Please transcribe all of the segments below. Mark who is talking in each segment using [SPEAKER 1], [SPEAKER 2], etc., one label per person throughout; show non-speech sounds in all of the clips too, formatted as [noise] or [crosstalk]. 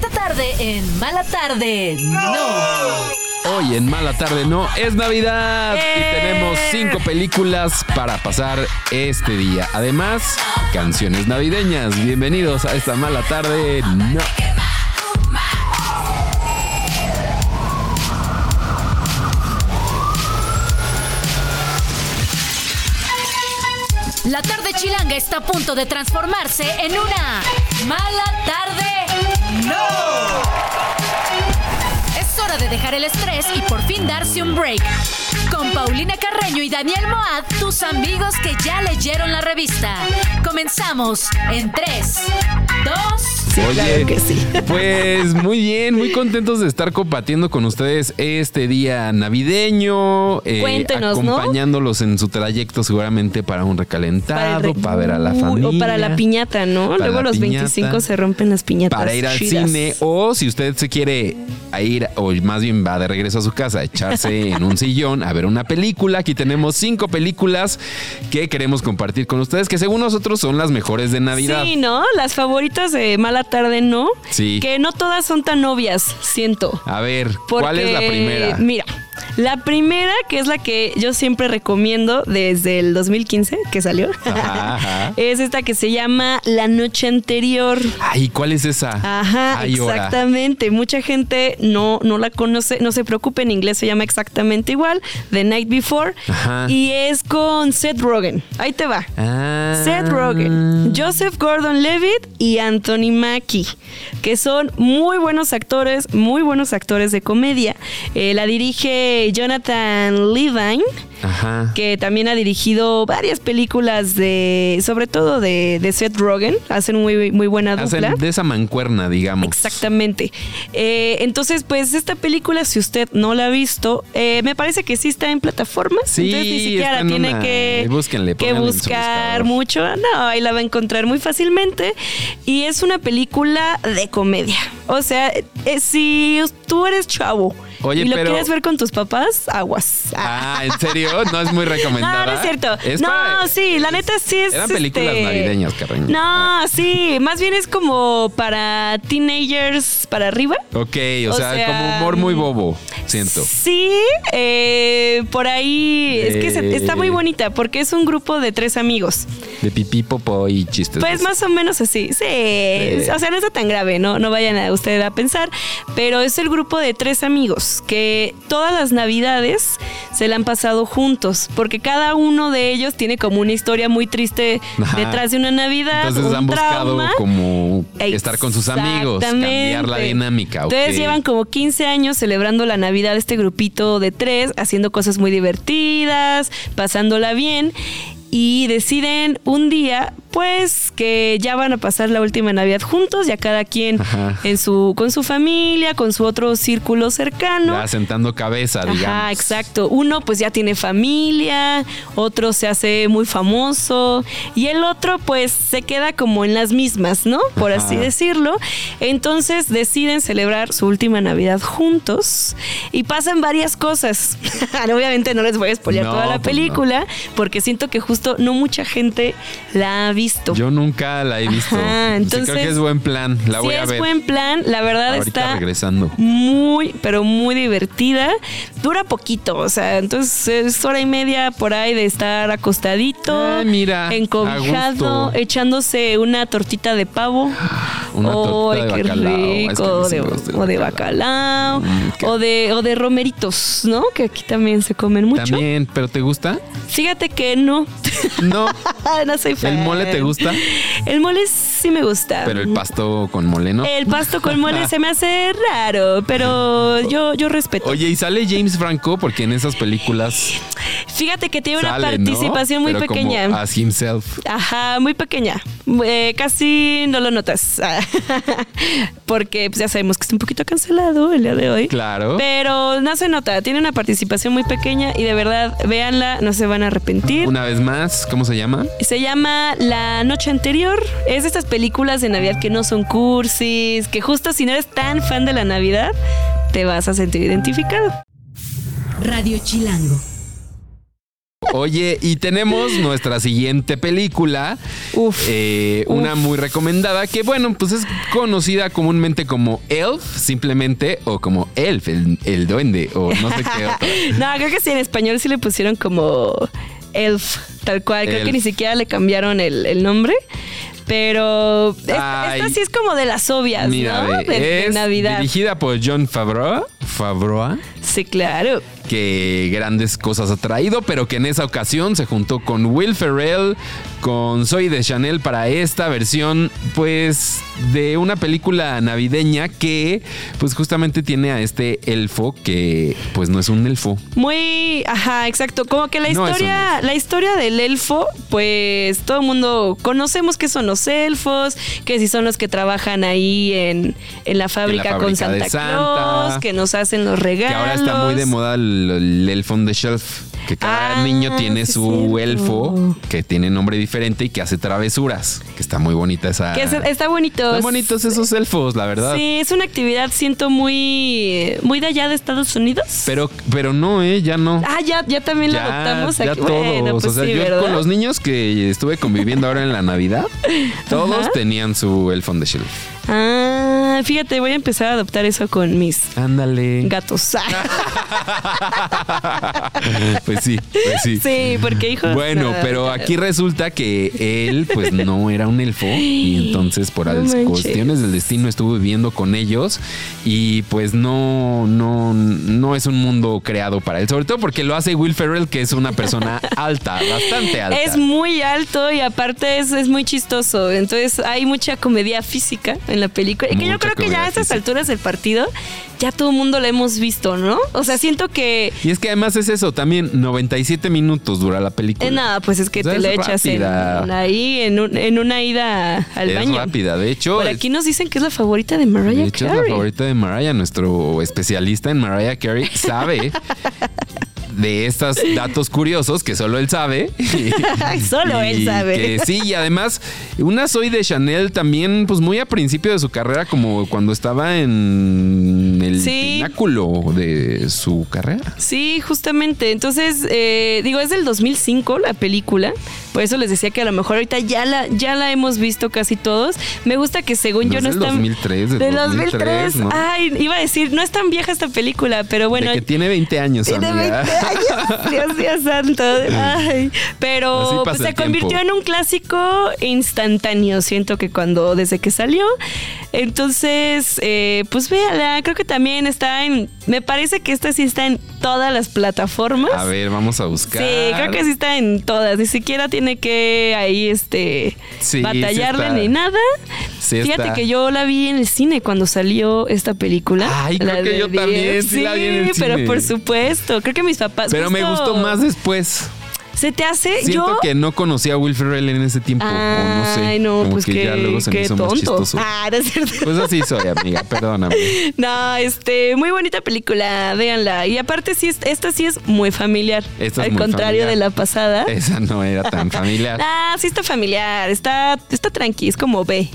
[SPEAKER 1] tarde en Mala Tarde. No.
[SPEAKER 2] Hoy en Mala Tarde No es Navidad
[SPEAKER 1] ¡Eh!
[SPEAKER 2] y tenemos cinco películas para pasar este día. Además, canciones navideñas. Bienvenidos a esta Mala Tarde No.
[SPEAKER 1] La tarde chilanga está a punto de transformarse en una Mala Tarde. No. Es hora de dejar el estrés y por fin darse un break. Con Paulina Carreño y Daniel Moad, tus amigos que ya leyeron la revista. Comenzamos en 3, 2,
[SPEAKER 2] Oye,
[SPEAKER 3] que sí. [laughs]
[SPEAKER 2] pues muy bien, muy contentos de estar compartiendo con ustedes este día navideño, eh,
[SPEAKER 3] Cuéntenos, ¿no?
[SPEAKER 2] acompañándolos en su trayecto seguramente para un
[SPEAKER 3] Para
[SPEAKER 2] recalentado,
[SPEAKER 3] el
[SPEAKER 2] para,
[SPEAKER 3] re-
[SPEAKER 2] ver a la
[SPEAKER 3] Uy,
[SPEAKER 2] familia.
[SPEAKER 3] O para la piñata, ¿no?
[SPEAKER 2] Para
[SPEAKER 3] Luego
[SPEAKER 2] la
[SPEAKER 3] los
[SPEAKER 2] piñata.
[SPEAKER 3] 25 se rompen las piñatas.
[SPEAKER 2] para ir al
[SPEAKER 3] chidas.
[SPEAKER 2] cine o si usted se quiere a ir o más bien va de regreso a su casa a
[SPEAKER 3] [laughs]
[SPEAKER 2] echarse en un sillón a ver una película. Aquí tenemos cinco películas que queremos compartir con ustedes que según nosotros son las mejores de Navidad.
[SPEAKER 3] Sí, ¿no? Las favoritas de Mala Tarde, ¿no?
[SPEAKER 2] Sí.
[SPEAKER 3] Que no todas son tan obvias, siento.
[SPEAKER 2] A ver, ¿cuál es la
[SPEAKER 3] Porque,
[SPEAKER 2] primera?
[SPEAKER 3] Mira, la primera, que es la que yo siempre recomiendo desde el 2015 que salió,
[SPEAKER 2] Ajá, ajá.
[SPEAKER 3] [laughs] es esta que se llama La Noche Anterior.
[SPEAKER 2] Ay, ¿cuál es esa?
[SPEAKER 3] [laughs] Ajá,
[SPEAKER 2] Ay, ora.
[SPEAKER 3] exactamente. Mucha gente no, no la conoce, no se preocupe, en inglés se llama exactamente igual, The Night Before,
[SPEAKER 2] Ajá.
[SPEAKER 3] y es con Seth Rogen. Ahí te va.
[SPEAKER 2] Ah.
[SPEAKER 3] Seth Rogen, Joseph Gordon-Levitt y Anthony Mackie, que son muy buenos actores, muy buenos actores de comedia. Eh, la dirige Jonathan Levine,
[SPEAKER 2] Ajá.
[SPEAKER 3] que también ha dirigido varias películas de, sobre todo de, de Seth Rogen. Hacen muy, muy buena dupla.
[SPEAKER 2] Hacen de esa mancuerna, digamos.
[SPEAKER 3] Exactamente. Eh, entonces, pues esta película, si usted no la ha visto, eh, me parece que sí está en plataformas.
[SPEAKER 2] Sí,
[SPEAKER 3] entonces ni siquiera
[SPEAKER 2] está en
[SPEAKER 3] tiene
[SPEAKER 2] una. eh,
[SPEAKER 3] que,
[SPEAKER 2] Búsquenle,
[SPEAKER 3] que
[SPEAKER 2] pónganle en su
[SPEAKER 3] buscar
[SPEAKER 2] buscador.
[SPEAKER 3] mucho. No, ahí la va a encontrar muy fácilmente. Y es una película de comedia. O sea, eh, si tú eres chavo
[SPEAKER 2] Oye,
[SPEAKER 3] y lo
[SPEAKER 2] pero-
[SPEAKER 3] quieres ver con tus papás, aguas.
[SPEAKER 2] Ah, ¿en serio? No es muy
[SPEAKER 3] [laughs] No,
[SPEAKER 2] recomendada.
[SPEAKER 3] no es cierto.
[SPEAKER 2] Es
[SPEAKER 3] no,
[SPEAKER 2] para-
[SPEAKER 3] sí, la neta sí es.
[SPEAKER 2] Eran películas
[SPEAKER 3] este,
[SPEAKER 2] navideñas, Carreño.
[SPEAKER 3] No, sí, más bien es como para teenagers para arriba.
[SPEAKER 2] Ok, o,
[SPEAKER 3] O
[SPEAKER 2] sea,
[SPEAKER 3] sea,
[SPEAKER 2] como humor muy
[SPEAKER 3] mm,
[SPEAKER 2] bobo, siento.
[SPEAKER 3] Sí, eh, por ahí. Es que se- está muy
[SPEAKER 2] Eh.
[SPEAKER 3] bonita porque es un grupo de tres amigos.
[SPEAKER 2] De pipí, popó y chistes.
[SPEAKER 3] Pues más o menos así. Sí. O sea, no está tan grave, ¿no? No vayan a usted a pensar. Pero es el grupo de tres amigos que todas las navidades se la han pasado juntos. Porque cada uno de ellos tiene como una historia muy triste
[SPEAKER 2] Ajá.
[SPEAKER 3] detrás de una Navidad.
[SPEAKER 2] Entonces
[SPEAKER 3] un
[SPEAKER 2] han buscado
[SPEAKER 3] trauma.
[SPEAKER 2] como estar con sus amigos, cambiar la
[SPEAKER 3] Exactamente.
[SPEAKER 2] dinámica. ok.
[SPEAKER 3] Entonces llevan como 15 años celebrando la Navidad este grupito de tres, haciendo cosas muy divertidas, pasándola bien. Y deciden un día, pues, que ya van a pasar la última Navidad juntos, ya cada quien
[SPEAKER 2] Ajá.
[SPEAKER 3] en su, con su familia, con su otro círculo cercano.
[SPEAKER 2] Ya sentando cabeza, digamos.
[SPEAKER 3] Ajá, exacto. Uno pues ya tiene familia, otro se hace muy famoso y el otro pues se queda como en las mismas, ¿no? Por así
[SPEAKER 2] Ajá.
[SPEAKER 3] decirlo. Entonces deciden celebrar su última Navidad juntos y pasan varias cosas. [laughs] Obviamente no les voy a spoilear
[SPEAKER 2] No,
[SPEAKER 3] toda la
[SPEAKER 2] pues, no.
[SPEAKER 3] película porque siento que justo no mucha gente la ha visto.
[SPEAKER 2] Yo nunca la he visto.
[SPEAKER 3] Ajá,
[SPEAKER 2] Sí, creo
[SPEAKER 3] entonces,
[SPEAKER 2] que es buen plan. La
[SPEAKER 3] si
[SPEAKER 2] voy a
[SPEAKER 3] es
[SPEAKER 2] ver.
[SPEAKER 3] buen plan, la verdad
[SPEAKER 2] Ahorita
[SPEAKER 3] está
[SPEAKER 2] regresando.
[SPEAKER 3] muy, pero muy divertida. Dura poquito, o sea, entonces es hora y media por ahí de estar acostadito,
[SPEAKER 2] Ay, Ah, mira, a
[SPEAKER 3] encobijado,
[SPEAKER 2] gusto.
[SPEAKER 3] echándose una tortita de pavo.
[SPEAKER 2] [gasps] Una tortita
[SPEAKER 3] Ay,
[SPEAKER 2] de
[SPEAKER 3] qué
[SPEAKER 2] bacalao. Es que
[SPEAKER 3] rico,
[SPEAKER 2] a mí
[SPEAKER 3] o
[SPEAKER 2] sí
[SPEAKER 3] de-
[SPEAKER 2] me gusta el
[SPEAKER 3] o de
[SPEAKER 2] bacalao.
[SPEAKER 3] bacalao,
[SPEAKER 2] Mm, qué-
[SPEAKER 3] o de, o de romeritos, ¿no? Que aquí también se comen mucho.
[SPEAKER 2] También, ¿pero te gusta?
[SPEAKER 3] Fíjate que no, [laughs] Ah,
[SPEAKER 2] No,
[SPEAKER 3] no soy fan.
[SPEAKER 2] mole te gusta?
[SPEAKER 3] El mole sí me gusta.
[SPEAKER 2] pero el pasto con mole, ¿no?
[SPEAKER 3] El pasto con mole se me hace raro, pero
[SPEAKER 2] [laughs]
[SPEAKER 3] yo, yo respeto.
[SPEAKER 2] Oye, ¿y sale James Franco? Porque en esas películas
[SPEAKER 3] Fíjate que tiene una
[SPEAKER 2] sale, ¿no?
[SPEAKER 3] participación muy
[SPEAKER 2] Pero como
[SPEAKER 3] pequeña.
[SPEAKER 2] as himself.
[SPEAKER 3] Ajá, muy pequeña. Eh, casi no lo notas. [laughs] Porque pues, ya sabemos que está un poquito cancelado el día de hoy.
[SPEAKER 2] Claro.
[SPEAKER 3] Pero no se nota, tiene una participación muy pequeña y de verdad, véanla, no se van a arrepentir.
[SPEAKER 2] Una vez más, ¿cómo se llama?
[SPEAKER 3] Se llama La Noche Anterior. Es de estas películas de Navidad que no son cursis, que justo si no eres tan fan de la Navidad, te vas a sentir identificado.
[SPEAKER 1] Radio Chilango.
[SPEAKER 2] Oye, y tenemos nuestra siguiente película.
[SPEAKER 3] Uf,
[SPEAKER 2] eh, una muy recomendada que, bueno, pues es conocida comúnmente como Elf, simplemente, o como Elf, el, el duende, o no sé
[SPEAKER 3] [laughs]
[SPEAKER 2] qué otra.
[SPEAKER 3] No, creo que sí, en español sí le pusieron como Elf, tal cual. Creo que
[SPEAKER 2] Elf.
[SPEAKER 3] ni siquiera le cambiaron el, el nombre. Pero esta,
[SPEAKER 2] Ay.
[SPEAKER 3] esta sí es como de las obvias,
[SPEAKER 2] Mira,
[SPEAKER 3] ¿no?
[SPEAKER 2] ve,
[SPEAKER 3] De, de
[SPEAKER 2] es
[SPEAKER 3] Navidad.
[SPEAKER 2] dirigida por John Favreau, Favreau,
[SPEAKER 3] Sí, claro.
[SPEAKER 2] que grandes cosas ha traído, pero que en esa ocasión se juntó con Will Ferrell, con Soy de Chanel para esta versión, pues, de una película navideña que, pues, justamente tiene a este elfo que, pues, no es un elfo.
[SPEAKER 3] Muy, ajá, exacto. Como que la
[SPEAKER 2] No, eso
[SPEAKER 3] historia, la historia del elfo, pues todo el mundo conocemos que son los elfos, que si son los que trabajan ahí en, en la fábrica, con
[SPEAKER 2] fábrica
[SPEAKER 3] Santa,
[SPEAKER 2] de Santa.
[SPEAKER 3] Claus, que nos hacen los regalos.
[SPEAKER 2] Que ahora está muy de moda el, el elfo on the shelf. Que cada
[SPEAKER 3] Ah,
[SPEAKER 2] niño tiene
[SPEAKER 3] sí,
[SPEAKER 2] su
[SPEAKER 3] cierto.
[SPEAKER 2] elfo que tiene nombre diferente y que hace travesuras. Que está muy bonita esa.
[SPEAKER 3] Que es- está bonito.
[SPEAKER 2] Están bonitos esos elfos, la verdad.
[SPEAKER 3] Sí, es una actividad, siento, muy, muy de allá de Estados Unidos.
[SPEAKER 2] Pero, pero no, ¿eh? Ya no.
[SPEAKER 3] ah, ya, ya también la adoptamos
[SPEAKER 2] ya
[SPEAKER 3] aquí.
[SPEAKER 2] todos.
[SPEAKER 3] Bueno, pues
[SPEAKER 2] o sea,
[SPEAKER 3] sí,
[SPEAKER 2] yo
[SPEAKER 3] ¿verdad?
[SPEAKER 2] con los niños que estuve conviviendo ahora en la Navidad, todos
[SPEAKER 3] [laughs] Ajá.
[SPEAKER 2] tenían su elfo on the shelf.
[SPEAKER 3] Ah, fíjate, voy a empezar a adoptar eso con mis
[SPEAKER 2] Ándale.
[SPEAKER 3] gatos.
[SPEAKER 2] [laughs]
[SPEAKER 3] [laughs] Ah,
[SPEAKER 2] pues sí, pues sí.
[SPEAKER 3] Sí, porque hijos.
[SPEAKER 2] Bueno,
[SPEAKER 3] no,
[SPEAKER 2] pero
[SPEAKER 3] no.
[SPEAKER 2] aquí resulta que él pues no era un elfo y entonces por
[SPEAKER 3] No
[SPEAKER 2] las
[SPEAKER 3] manches.
[SPEAKER 2] cuestiones del destino estuvo viviendo con ellos y pues no no no es un mundo creado para él, sobre todo porque lo hace Will Ferrell que es una persona [laughs] alta, bastante alta.
[SPEAKER 3] Es muy alto y aparte es, es muy chistoso. Entonces hay mucha comedia física en la película. Y que yo
[SPEAKER 2] Mucha
[SPEAKER 3] creo que ya
[SPEAKER 2] comedia
[SPEAKER 3] a estas
[SPEAKER 2] física.
[SPEAKER 3] alturas del partido, ya todo el mundo la hemos visto, ¿no? O sea, siento que.
[SPEAKER 2] y es que además es eso, también 97 minutos dura la película.
[SPEAKER 3] eh, nada, pues es que
[SPEAKER 2] O sea,
[SPEAKER 3] te
[SPEAKER 2] es
[SPEAKER 3] la echas en,
[SPEAKER 2] rápida.
[SPEAKER 3] en ahí, en, un- en una ida al
[SPEAKER 2] es
[SPEAKER 3] baño.
[SPEAKER 2] rápida, de hecho.
[SPEAKER 3] Por
[SPEAKER 2] es-
[SPEAKER 3] aquí nos dicen que es la favorita de
[SPEAKER 2] De
[SPEAKER 3] Mariah
[SPEAKER 2] hecho, es
[SPEAKER 3] Carey.
[SPEAKER 2] la
[SPEAKER 3] [laughs]
[SPEAKER 2] favorita de Mariah. Nuestro especialista en Mariah Carey sabe
[SPEAKER 3] [laughs]
[SPEAKER 2] de estos datos curiosos que solo él sabe.
[SPEAKER 3] [laughs] Solo él
[SPEAKER 2] Y
[SPEAKER 3] sabe.
[SPEAKER 2] que sí, y además, una soy de Chanel también, pues muy a principio de su carrera, como cuando estaba en el
[SPEAKER 3] Sí.
[SPEAKER 2] pináculo de su carrera.
[SPEAKER 3] Sí, justamente. Entonces, eh, digo, es del 2005 la película. Por eso les decía que a lo mejor ahorita ya la, ya la hemos visto casi todos. Me gusta que según
[SPEAKER 2] No
[SPEAKER 3] yo
[SPEAKER 2] es
[SPEAKER 3] no
[SPEAKER 2] del
[SPEAKER 3] está...
[SPEAKER 2] 2003, del 2003, ¿no?
[SPEAKER 3] Ay, iba a decir, no es tan vieja esta película, pero bueno...
[SPEAKER 2] de que tiene 20 años,
[SPEAKER 3] tiene
[SPEAKER 2] amiga.
[SPEAKER 3] 20 años, Dios mío santo.
[SPEAKER 2] Así
[SPEAKER 3] Ay, pero
[SPEAKER 2] pasa
[SPEAKER 3] pues, se
[SPEAKER 2] el tiempo.
[SPEAKER 3] convirtió en un clásico instantáneo. Siento que cuando, desde que salió. Entonces, eh, pues véala. Creo que también está en. Me parece que esta sí está en todas las plataformas.
[SPEAKER 2] [laughs] A ver, vamos a
[SPEAKER 3] Sí,
[SPEAKER 2] buscar.
[SPEAKER 3] creo que sí está en todas. Ni siquiera tiene que ahí este
[SPEAKER 2] Sí, sí
[SPEAKER 3] batallarle
[SPEAKER 2] está.
[SPEAKER 3] ni nada.
[SPEAKER 2] Sí
[SPEAKER 3] Fíjate
[SPEAKER 2] está.
[SPEAKER 3] que yo la vi en el cine cuando salió esta película.
[SPEAKER 2] Ay, creo
[SPEAKER 3] La
[SPEAKER 2] que
[SPEAKER 3] de
[SPEAKER 2] yo también sí la vi en el
[SPEAKER 3] Sí, pero
[SPEAKER 2] cine.
[SPEAKER 3] por supuesto. Creo que mis papás.
[SPEAKER 2] Pero me
[SPEAKER 3] justo
[SPEAKER 2] gustó más después.
[SPEAKER 3] Se te hace.
[SPEAKER 2] Siento
[SPEAKER 3] Eh, yo.
[SPEAKER 2] que no conocía a Will Ferrell en ese tiempo. o no sé.
[SPEAKER 3] Ay, no,
[SPEAKER 2] como
[SPEAKER 3] pues
[SPEAKER 2] que
[SPEAKER 3] qué,
[SPEAKER 2] ya luego se me
[SPEAKER 3] qué
[SPEAKER 2] hizo más
[SPEAKER 3] tonto.
[SPEAKER 2] chistoso.
[SPEAKER 3] Ah, no es cierto.
[SPEAKER 2] Pues así soy, amiga, perdóname.
[SPEAKER 3] [laughs] No, este, muy bonita película, véanla. Y aparte, sí, es- esta sí es muy familiar.
[SPEAKER 2] Esta es
[SPEAKER 3] al
[SPEAKER 2] muy
[SPEAKER 3] contrario
[SPEAKER 2] familiar.
[SPEAKER 3] de la pasada.
[SPEAKER 2] Esa no era tan familiar.
[SPEAKER 3] Ah, sí está familiar, está, está tranqui, es como B.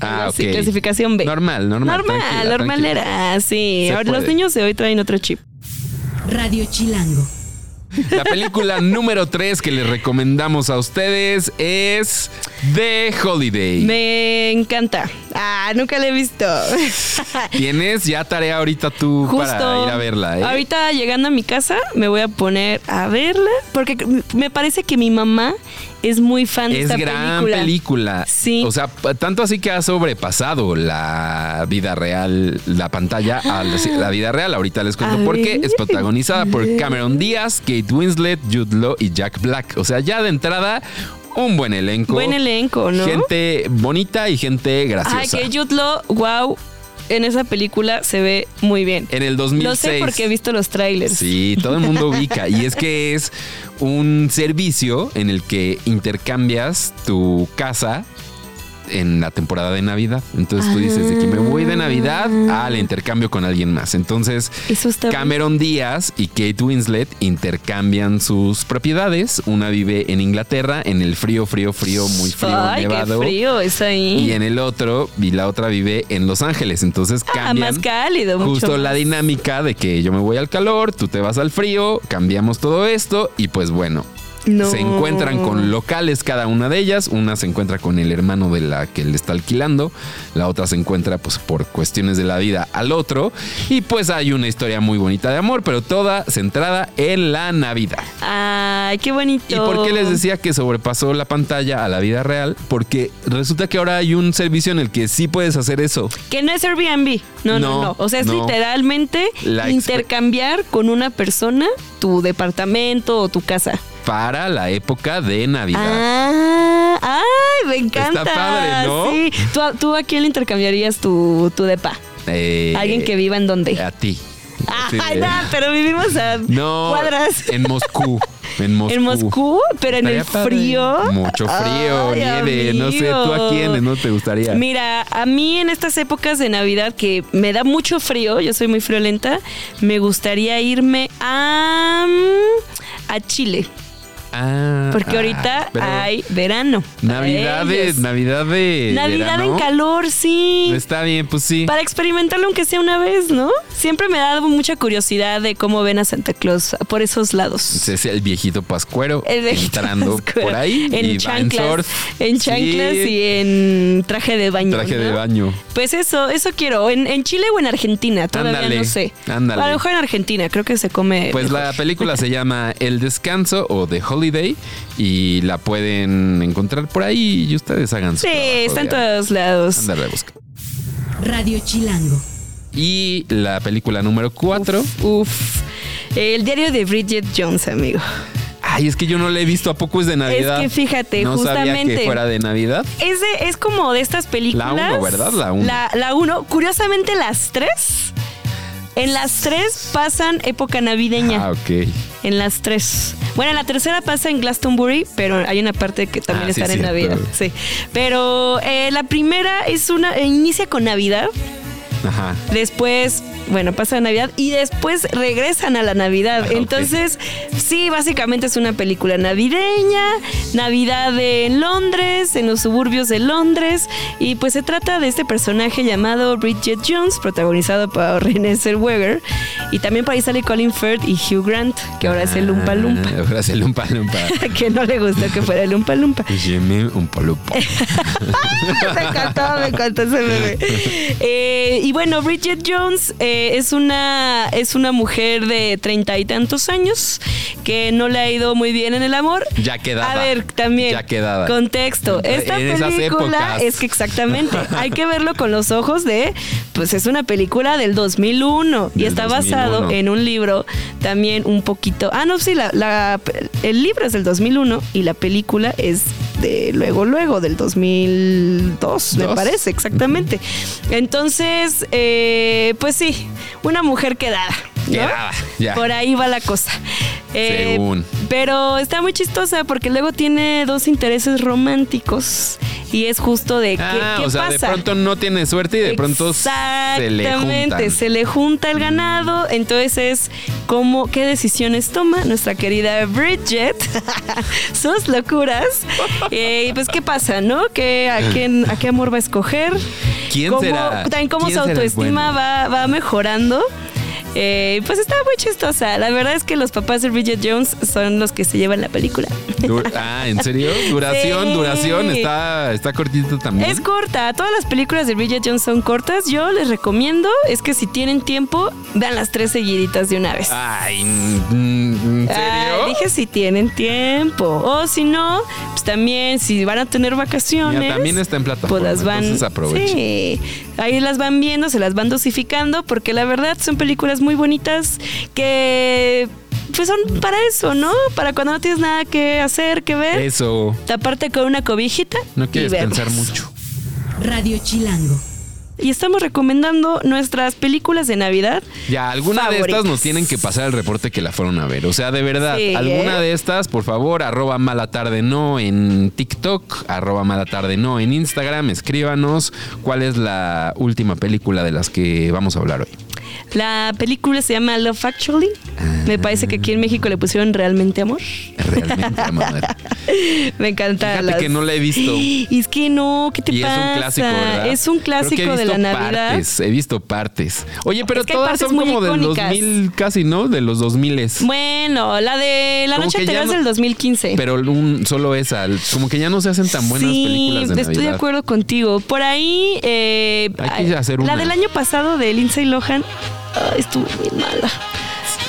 [SPEAKER 2] Ah,
[SPEAKER 3] Algo
[SPEAKER 2] ok.
[SPEAKER 3] así, clasificación B.
[SPEAKER 2] Normal, normal.
[SPEAKER 3] normal,
[SPEAKER 2] tranquila,
[SPEAKER 3] normal
[SPEAKER 2] tranquila.
[SPEAKER 3] era, sí.
[SPEAKER 2] Se
[SPEAKER 3] Ahora los
[SPEAKER 2] puede.
[SPEAKER 3] niños de hoy traen otro chip.
[SPEAKER 1] Radio Chilango.
[SPEAKER 2] La
[SPEAKER 3] [laughs]
[SPEAKER 2] película número 3 que les recomendamos a ustedes es The Holiday.
[SPEAKER 3] Me encanta. Ah, nunca la
[SPEAKER 2] [laughs]
[SPEAKER 3] he visto.
[SPEAKER 2] Tienes ya tarea ahorita tú para ir a verla, ¿eh?
[SPEAKER 3] Ahorita llegando a mi casa me voy a poner a verla porque me parece que mi mamá es muy fan de
[SPEAKER 2] Es
[SPEAKER 3] esta
[SPEAKER 2] gran
[SPEAKER 3] película.
[SPEAKER 2] película.
[SPEAKER 3] Sí.
[SPEAKER 2] O sea, pa- tanto así que ha sobrepasado la vida real, la pantalla a la, la vida real. Ahorita les cuento
[SPEAKER 3] A
[SPEAKER 2] por qué.
[SPEAKER 3] ver.
[SPEAKER 2] Es protagonizada por Cameron Díaz, Kate Winslet, Jude Law y Jack Black. O sea, ya de entrada, un buen elenco.
[SPEAKER 3] Buen elenco, ¿no?
[SPEAKER 2] Gente bonita y gente graciosa.
[SPEAKER 3] Ay, que Jude Law, wow, en esa película se ve muy bien.
[SPEAKER 2] En el 2006.
[SPEAKER 3] Lo sé porque he visto los trailers.
[SPEAKER 2] Sí, todo el mundo ubica. Y es que es un servicio en el que intercambias tu casa en la temporada de Navidad. Entonces tú dices de que me voy de Navidad al intercambio con alguien más. Entonces
[SPEAKER 3] Eso Ah. está
[SPEAKER 2] Cameron Díaz y Kate Winslet intercambian sus propiedades. Una vive en Inglaterra, en el frío, frío, frío, muy frío,
[SPEAKER 3] Ay,
[SPEAKER 2] nevado.
[SPEAKER 3] qué frío es
[SPEAKER 2] Y
[SPEAKER 3] ahí.
[SPEAKER 2] en el otro, y la otra vive en Los Ángeles. Entonces
[SPEAKER 3] Ah,
[SPEAKER 2] cambian
[SPEAKER 3] más cálido, mucho
[SPEAKER 2] justo la
[SPEAKER 3] más.
[SPEAKER 2] dinámica de que yo me voy al calor, tú te vas al frío, cambiamos todo esto y pues bueno.
[SPEAKER 3] No.
[SPEAKER 2] Se encuentran con locales cada una de ellas, una se encuentra con el hermano de la que le está alquilando, la otra se encuentra pues por cuestiones de la vida al otro y pues hay una historia muy bonita de amor, pero toda centrada en la Navidad.
[SPEAKER 3] Ay, qué bonito.
[SPEAKER 2] ¿Y por qué les decía que sobrepasó la pantalla a la vida real? Porque resulta que ahora hay un servicio en el que sí puedes hacer eso.
[SPEAKER 3] Que no es Airbnb. No, no,
[SPEAKER 2] No,
[SPEAKER 3] no. O sea, es
[SPEAKER 2] no.
[SPEAKER 3] literalmente
[SPEAKER 2] La exper-
[SPEAKER 3] intercambiar con una persona tu departamento o tu casa.
[SPEAKER 2] para la época de Navidad.
[SPEAKER 3] Ah, ay, me encanta.
[SPEAKER 2] padre, ¿no?
[SPEAKER 3] Sí. ¿Tú, a- tú a quién le intercambiarías tu, tu depa?
[SPEAKER 2] Eh,
[SPEAKER 3] Alguien que viva en dónde.
[SPEAKER 2] A ti. Sí.
[SPEAKER 3] Ay, no, pero vivimos a
[SPEAKER 2] No,
[SPEAKER 3] cuadras.
[SPEAKER 2] en Moscú. En Moscú.
[SPEAKER 3] [laughs] En Moscú, pero en
[SPEAKER 2] Estaría
[SPEAKER 3] el
[SPEAKER 2] padre.
[SPEAKER 3] frío.
[SPEAKER 2] Mucho frío,
[SPEAKER 3] Ay,
[SPEAKER 2] nieve, no sé,
[SPEAKER 3] amigo.
[SPEAKER 2] ¿tú a quién no te gustaría?
[SPEAKER 3] Mira, a mí en estas épocas de Navidad que me da mucho frío, yo soy muy friolenta, me gustaría irme a, mm, a Chile,
[SPEAKER 2] Ah,
[SPEAKER 3] porque
[SPEAKER 2] ah,
[SPEAKER 3] ahorita
[SPEAKER 2] pero
[SPEAKER 3] hay verano. para
[SPEAKER 2] Navidades,
[SPEAKER 3] ellos.
[SPEAKER 2] Navidad de
[SPEAKER 3] Navidad
[SPEAKER 2] verano.
[SPEAKER 3] en calor, sí.
[SPEAKER 2] Está bien, pues sí.
[SPEAKER 3] Para experimentarlo aunque sea una vez, ¿no? Siempre me ha dado mucha curiosidad de cómo ven a Santa Claus por esos lados.
[SPEAKER 2] Es el viejito pascuero
[SPEAKER 3] El de- [laughs]
[SPEAKER 2] entrando por ahí
[SPEAKER 3] en
[SPEAKER 2] y va en
[SPEAKER 3] chanclas,
[SPEAKER 2] short.
[SPEAKER 3] en chanclas
[SPEAKER 2] Sí,
[SPEAKER 3] y en traje de baño.
[SPEAKER 2] traje de
[SPEAKER 3] ¿no?
[SPEAKER 2] baño.
[SPEAKER 3] Pues eso, eso quiero. En, en Chile o en Argentina, todavía
[SPEAKER 2] Ándale,
[SPEAKER 3] no sé.
[SPEAKER 2] ándale.
[SPEAKER 3] A lo mejor en Argentina, creo que se come.
[SPEAKER 2] Pues la película se llama El Descanso o The Holiday y la pueden encontrar por ahí y ustedes hagan su
[SPEAKER 3] Sí,
[SPEAKER 2] trabajo
[SPEAKER 3] está en
[SPEAKER 2] de-
[SPEAKER 3] todos lados.
[SPEAKER 2] ándale a buscar.
[SPEAKER 1] Radio Chilango.
[SPEAKER 2] Y la película número 4.
[SPEAKER 3] Uf. El diario de Bridget Jones, amigo.
[SPEAKER 2] Ay, es que yo no la he visto. ¿A poco es de Navidad?
[SPEAKER 3] que fíjate,
[SPEAKER 2] no Sabía
[SPEAKER 3] justamente.
[SPEAKER 2] que fuera de Navidad.
[SPEAKER 3] Es, de- es como de estas películas.
[SPEAKER 2] La uno, ¿verdad? La uno.
[SPEAKER 3] La, la uno. Curiosamente, las tres. En las tres pasan época navideña.
[SPEAKER 2] Ah, ok.
[SPEAKER 3] En las tres. Bueno, la tercera pasa en Glastonbury, pero hay una parte que también
[SPEAKER 2] Ah, sí,
[SPEAKER 3] está en
[SPEAKER 2] cierto.
[SPEAKER 3] Navidad. Sí. Pero eh, la primera es una. eh, inicia con Navidad.
[SPEAKER 2] Ajá.
[SPEAKER 3] Después, bueno, pasa la Navidad y después regresan a la Navidad.
[SPEAKER 2] Ah, ok.
[SPEAKER 3] Entonces, sí, básicamente es una película navideña, Navidad en Londres, en los suburbios de Londres. Y pues se trata de este personaje llamado Bridget Jones, protagonizado por [laughs] Renée Zellweger. Y también por ahí sale Colin Firth y Hugh Grant, que ahora es el Lumpa Lumpa.
[SPEAKER 2] Ah, [laughs] Ahora es el Lumpa
[SPEAKER 3] [laughs]
[SPEAKER 2] Lumpa.
[SPEAKER 3] que no le gustó que fuera el Lumpa Lumpa.
[SPEAKER 2] Jimmy un polupo.
[SPEAKER 3] [laughs] me encantó, me encantó ese bebé. Eh, y bueno, Bridget Jones eh, es, una, es una mujer de treinta y tantos años que no le ha ido muy bien en el amor.
[SPEAKER 2] Ya quedada.
[SPEAKER 3] A ver, también.
[SPEAKER 2] Ya quedada.
[SPEAKER 3] Contexto. Esta
[SPEAKER 2] En esas
[SPEAKER 3] película
[SPEAKER 2] épocas.
[SPEAKER 3] es que exactamente hay que verlo con los ojos de, pues es una película del 2001 y
[SPEAKER 2] Del
[SPEAKER 3] está basado
[SPEAKER 2] 2001.
[SPEAKER 3] en un libro también un poquito. Ah, no, sí, la, la- el libro es del 2001 y la película es de luego, luego, del 2002, me
[SPEAKER 2] Dos.
[SPEAKER 3] parece, exactamente. Entonces, eh, pues sí, una mujer quedada. ¿no?
[SPEAKER 2] Quedada, ya.
[SPEAKER 3] Por ahí va la cosa. Eh,
[SPEAKER 2] Según.
[SPEAKER 3] Pero está muy chistosa porque luego tiene dos intereses románticos y es justo de qué,
[SPEAKER 2] Ah,
[SPEAKER 3] qué
[SPEAKER 2] o sea,
[SPEAKER 3] pasa.
[SPEAKER 2] de pronto no tiene suerte y de pronto se le
[SPEAKER 3] Exactamente,
[SPEAKER 2] juntan.
[SPEAKER 3] se le junta el ganado, entonces cómo qué decisiones toma nuestra querida Bridget, [laughs] sus
[SPEAKER 2] [laughs]
[SPEAKER 3] locuras. Eh, Y pues qué pasa, ¿no? ¿Qué, a, quién, ¿A qué amor va a escoger?
[SPEAKER 2] ¿Quién
[SPEAKER 3] Cómo-
[SPEAKER 2] será?
[SPEAKER 3] También cómo
[SPEAKER 2] ¿Quién
[SPEAKER 3] su
[SPEAKER 2] será el
[SPEAKER 3] autoestima
[SPEAKER 2] bueno?
[SPEAKER 3] va, va mejorando. Eh, pues está muy chistosa. La verdad es que los papás de Bridget Jones son los que se llevan la película.
[SPEAKER 2] Dur- ah, ¿en
[SPEAKER 3] [laughs]
[SPEAKER 2] serio? Duración,
[SPEAKER 3] Sí.
[SPEAKER 2] duración, está, está cortito también.
[SPEAKER 3] Es corta, todas las películas de Bridget Jones son cortas. Yo les recomiendo, es que si tienen tiempo, vean las tres seguiditas de una vez.
[SPEAKER 2] Ay, mm, Ah, ¿en serio?
[SPEAKER 3] Ay, dije si tienen tiempo. O si no, pues también si van a tener vacaciones.
[SPEAKER 2] Mira, también está en plataforma,
[SPEAKER 3] Pues las van.
[SPEAKER 2] entonces aprovechen.
[SPEAKER 3] Sí, ahí las van viendo, se las van dosificando, porque la verdad son películas muy bonitas que pues son para eso, ¿no? Para cuando no tienes nada que hacer, que ver.
[SPEAKER 2] Eso.
[SPEAKER 3] Taparte con una cobijita.
[SPEAKER 2] No
[SPEAKER 3] y
[SPEAKER 2] quieres
[SPEAKER 3] verlas.
[SPEAKER 2] pensar mucho.
[SPEAKER 1] Radio Chilango.
[SPEAKER 3] y estamos recomendando nuestras películas de Navidad.
[SPEAKER 2] Ya, alguna de
[SPEAKER 3] favoritas.
[SPEAKER 2] estas nos tienen que pasar el reporte que la fueron a ver. O sea, de verdad,
[SPEAKER 3] Sí,
[SPEAKER 2] alguna
[SPEAKER 3] ¿eh?
[SPEAKER 2] de estas, por favor, arroba mala tarde no en TikTok, arroba mala tarde no en Instagram, escríbanos cuál es la última película de las que vamos a hablar hoy.
[SPEAKER 3] La película se llama Love Actually.
[SPEAKER 2] Ah.
[SPEAKER 3] Me parece que aquí en México le pusieron Realmente Amor. [laughs]
[SPEAKER 2] Realmente, amor.
[SPEAKER 3] Me encanta.
[SPEAKER 2] Fíjate
[SPEAKER 3] las-
[SPEAKER 2] que no la he visto.
[SPEAKER 3] [gasps] Y es que no, [laughs] ¿qué te
[SPEAKER 2] Y es
[SPEAKER 3] pasa?
[SPEAKER 2] un clásico, ¿verdad?
[SPEAKER 3] Es un
[SPEAKER 2] Creo que he
[SPEAKER 3] clásico de la
[SPEAKER 2] visto
[SPEAKER 3] Navidad.
[SPEAKER 2] Partes, he visto partes. Oye, pero
[SPEAKER 3] Es que hay
[SPEAKER 2] todas
[SPEAKER 3] partes
[SPEAKER 2] son
[SPEAKER 3] muy
[SPEAKER 2] como del
[SPEAKER 3] icónicas.
[SPEAKER 2] 2000 casi, ¿no? De los 2000 es.
[SPEAKER 3] Bueno, la de la
[SPEAKER 2] Como
[SPEAKER 3] noche
[SPEAKER 2] que ya
[SPEAKER 3] anterior es
[SPEAKER 2] no-
[SPEAKER 3] del 2015.
[SPEAKER 2] Pero un, solo esa. Como que ya no se hacen tan buenas
[SPEAKER 3] sí,
[SPEAKER 2] películas de
[SPEAKER 3] estoy de
[SPEAKER 2] Navidad.
[SPEAKER 3] acuerdo contigo. Por ahí, eh,
[SPEAKER 2] Hay que hacer una.
[SPEAKER 3] la del año pasado de Lindsay Lohan ay, estuvo muy mala.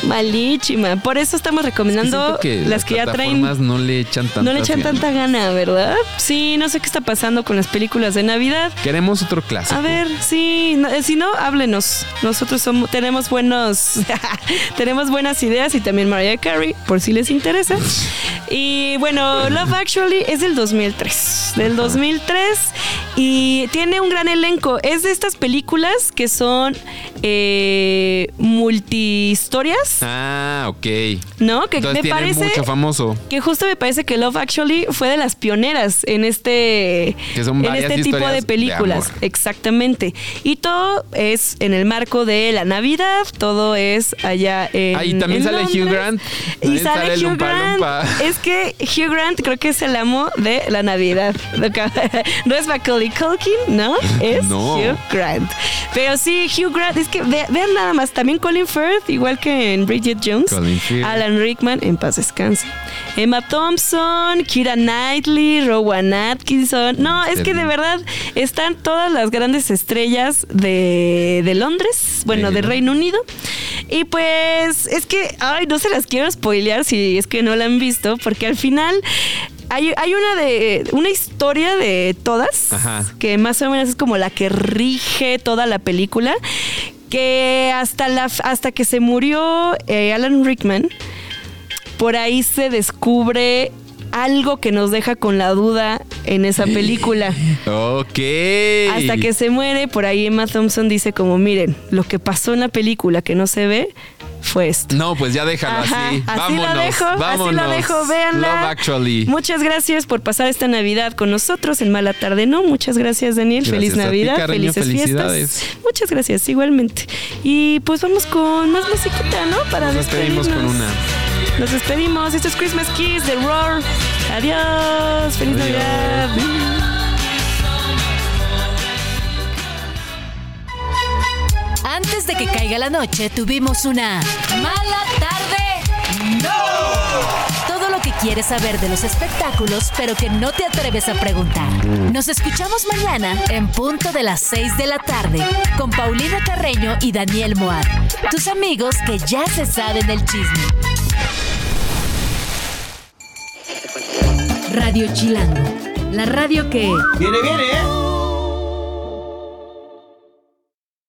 [SPEAKER 3] Malísima. Por eso estamos recomendando
[SPEAKER 2] Siento que
[SPEAKER 3] las que ya traen.
[SPEAKER 2] plataformas no le echan tanta
[SPEAKER 3] No le echan tanta gana, ¿verdad? Sí, no sé qué está pasando con las películas de Navidad.
[SPEAKER 2] Queremos otro clásico.
[SPEAKER 3] A ver, sí, no- eh, si no, háblenos. Nosotros somos, tenemos buenos, [laughs] tenemos buenas ideas y también Mariah Carey, por si les interesa. Y bueno, Love Actually es del 2003, del 2003 y tiene un gran elenco. Es de estas películas que son eh, multihistorias,
[SPEAKER 2] Ah, ok.
[SPEAKER 3] ¿no? Que
[SPEAKER 2] Entonces
[SPEAKER 3] me
[SPEAKER 2] tiene
[SPEAKER 3] parece
[SPEAKER 2] mucho famoso.
[SPEAKER 3] que justo me parece que Love Actually fue de las pioneras en este,
[SPEAKER 2] Que son
[SPEAKER 3] en
[SPEAKER 2] varias
[SPEAKER 3] este tipo
[SPEAKER 2] historias
[SPEAKER 3] de
[SPEAKER 2] de
[SPEAKER 3] películas.
[SPEAKER 2] amor.
[SPEAKER 3] Exactamente. Y todo es en el marco de la Navidad, todo es allá en.
[SPEAKER 2] Ah, y también
[SPEAKER 3] en
[SPEAKER 2] sale Hugh
[SPEAKER 3] Londres.
[SPEAKER 2] Grant.
[SPEAKER 3] Y
[SPEAKER 2] También
[SPEAKER 3] sale,
[SPEAKER 2] sale el
[SPEAKER 3] Hugh
[SPEAKER 2] Oompa
[SPEAKER 3] Grant.
[SPEAKER 2] Loompa.
[SPEAKER 3] [laughs] Es que Hugh Grant creo que es el amo de la Navidad. Lo que- [laughs] No es Macaulay Culkin, ¿no? Es
[SPEAKER 2] No.
[SPEAKER 3] Hugh Grant. Pero sí, Hugh Grant, es que ve- vean nada más, también Colin Firth, igual que en Bridget Jones.
[SPEAKER 2] Colin Firth.
[SPEAKER 3] Alan Rickman, en paz descanse. Emma Thompson, Kira Knightley, Rowan Atkinson. No, es que de verdad están todas las grandes estrellas de, de Londres, bueno,
[SPEAKER 2] Sí.
[SPEAKER 3] de Reino Unido. Y pues es que, ay, no se las quiero spoilear si es que no la han visto, porque al final hay, hay una de una historia de todas
[SPEAKER 2] Ajá.
[SPEAKER 3] que más o menos es como la que rige toda la película, que hasta, la, hasta que se murió eh, Alan Rickman, por ahí se descubre algo que nos deja con la duda en esa película.
[SPEAKER 2] [laughs] Ok.
[SPEAKER 3] Hasta que se muere, por ahí Emma Thompson dice como, miren, lo que pasó en la película que no se ve fue esto.
[SPEAKER 2] No, pues ya déjalo
[SPEAKER 3] Ajá,
[SPEAKER 2] así. vámonos.
[SPEAKER 3] la dejo, así la
[SPEAKER 2] vámonos.
[SPEAKER 3] dejo, véanla.
[SPEAKER 2] Love Actually.
[SPEAKER 3] Muchas gracias por pasar esta Navidad con nosotros en Mala Tarde No. Muchas gracias, Daniel.
[SPEAKER 2] Gracias
[SPEAKER 3] Feliz
[SPEAKER 2] a ti,
[SPEAKER 3] Navidad,
[SPEAKER 2] Carreño.
[SPEAKER 3] felices
[SPEAKER 2] Felicidades.
[SPEAKER 3] fiestas. Muchas gracias, igualmente. Y pues vamos con más musiquita, ¿no? Para
[SPEAKER 2] Nos despedimos con
[SPEAKER 3] despedirnos.
[SPEAKER 2] una.
[SPEAKER 3] Nos despedimos. Esto es Christmas Kiss de Roar. Adiós. Feliz
[SPEAKER 2] Adiós.
[SPEAKER 3] Navidad.
[SPEAKER 1] Antes de que caiga la noche, tuvimos una mala tarde. ¡No! Todo lo que quieres saber de los espectáculos, pero que no te atreves a preguntar. Nos escuchamos mañana en punto de las 6 de la tarde con Paulina Carreño y Daniel Moab, tus amigos que ya se saben el chisme. Radio Chilango, la radio que...
[SPEAKER 4] Viene, viene, ¿eh?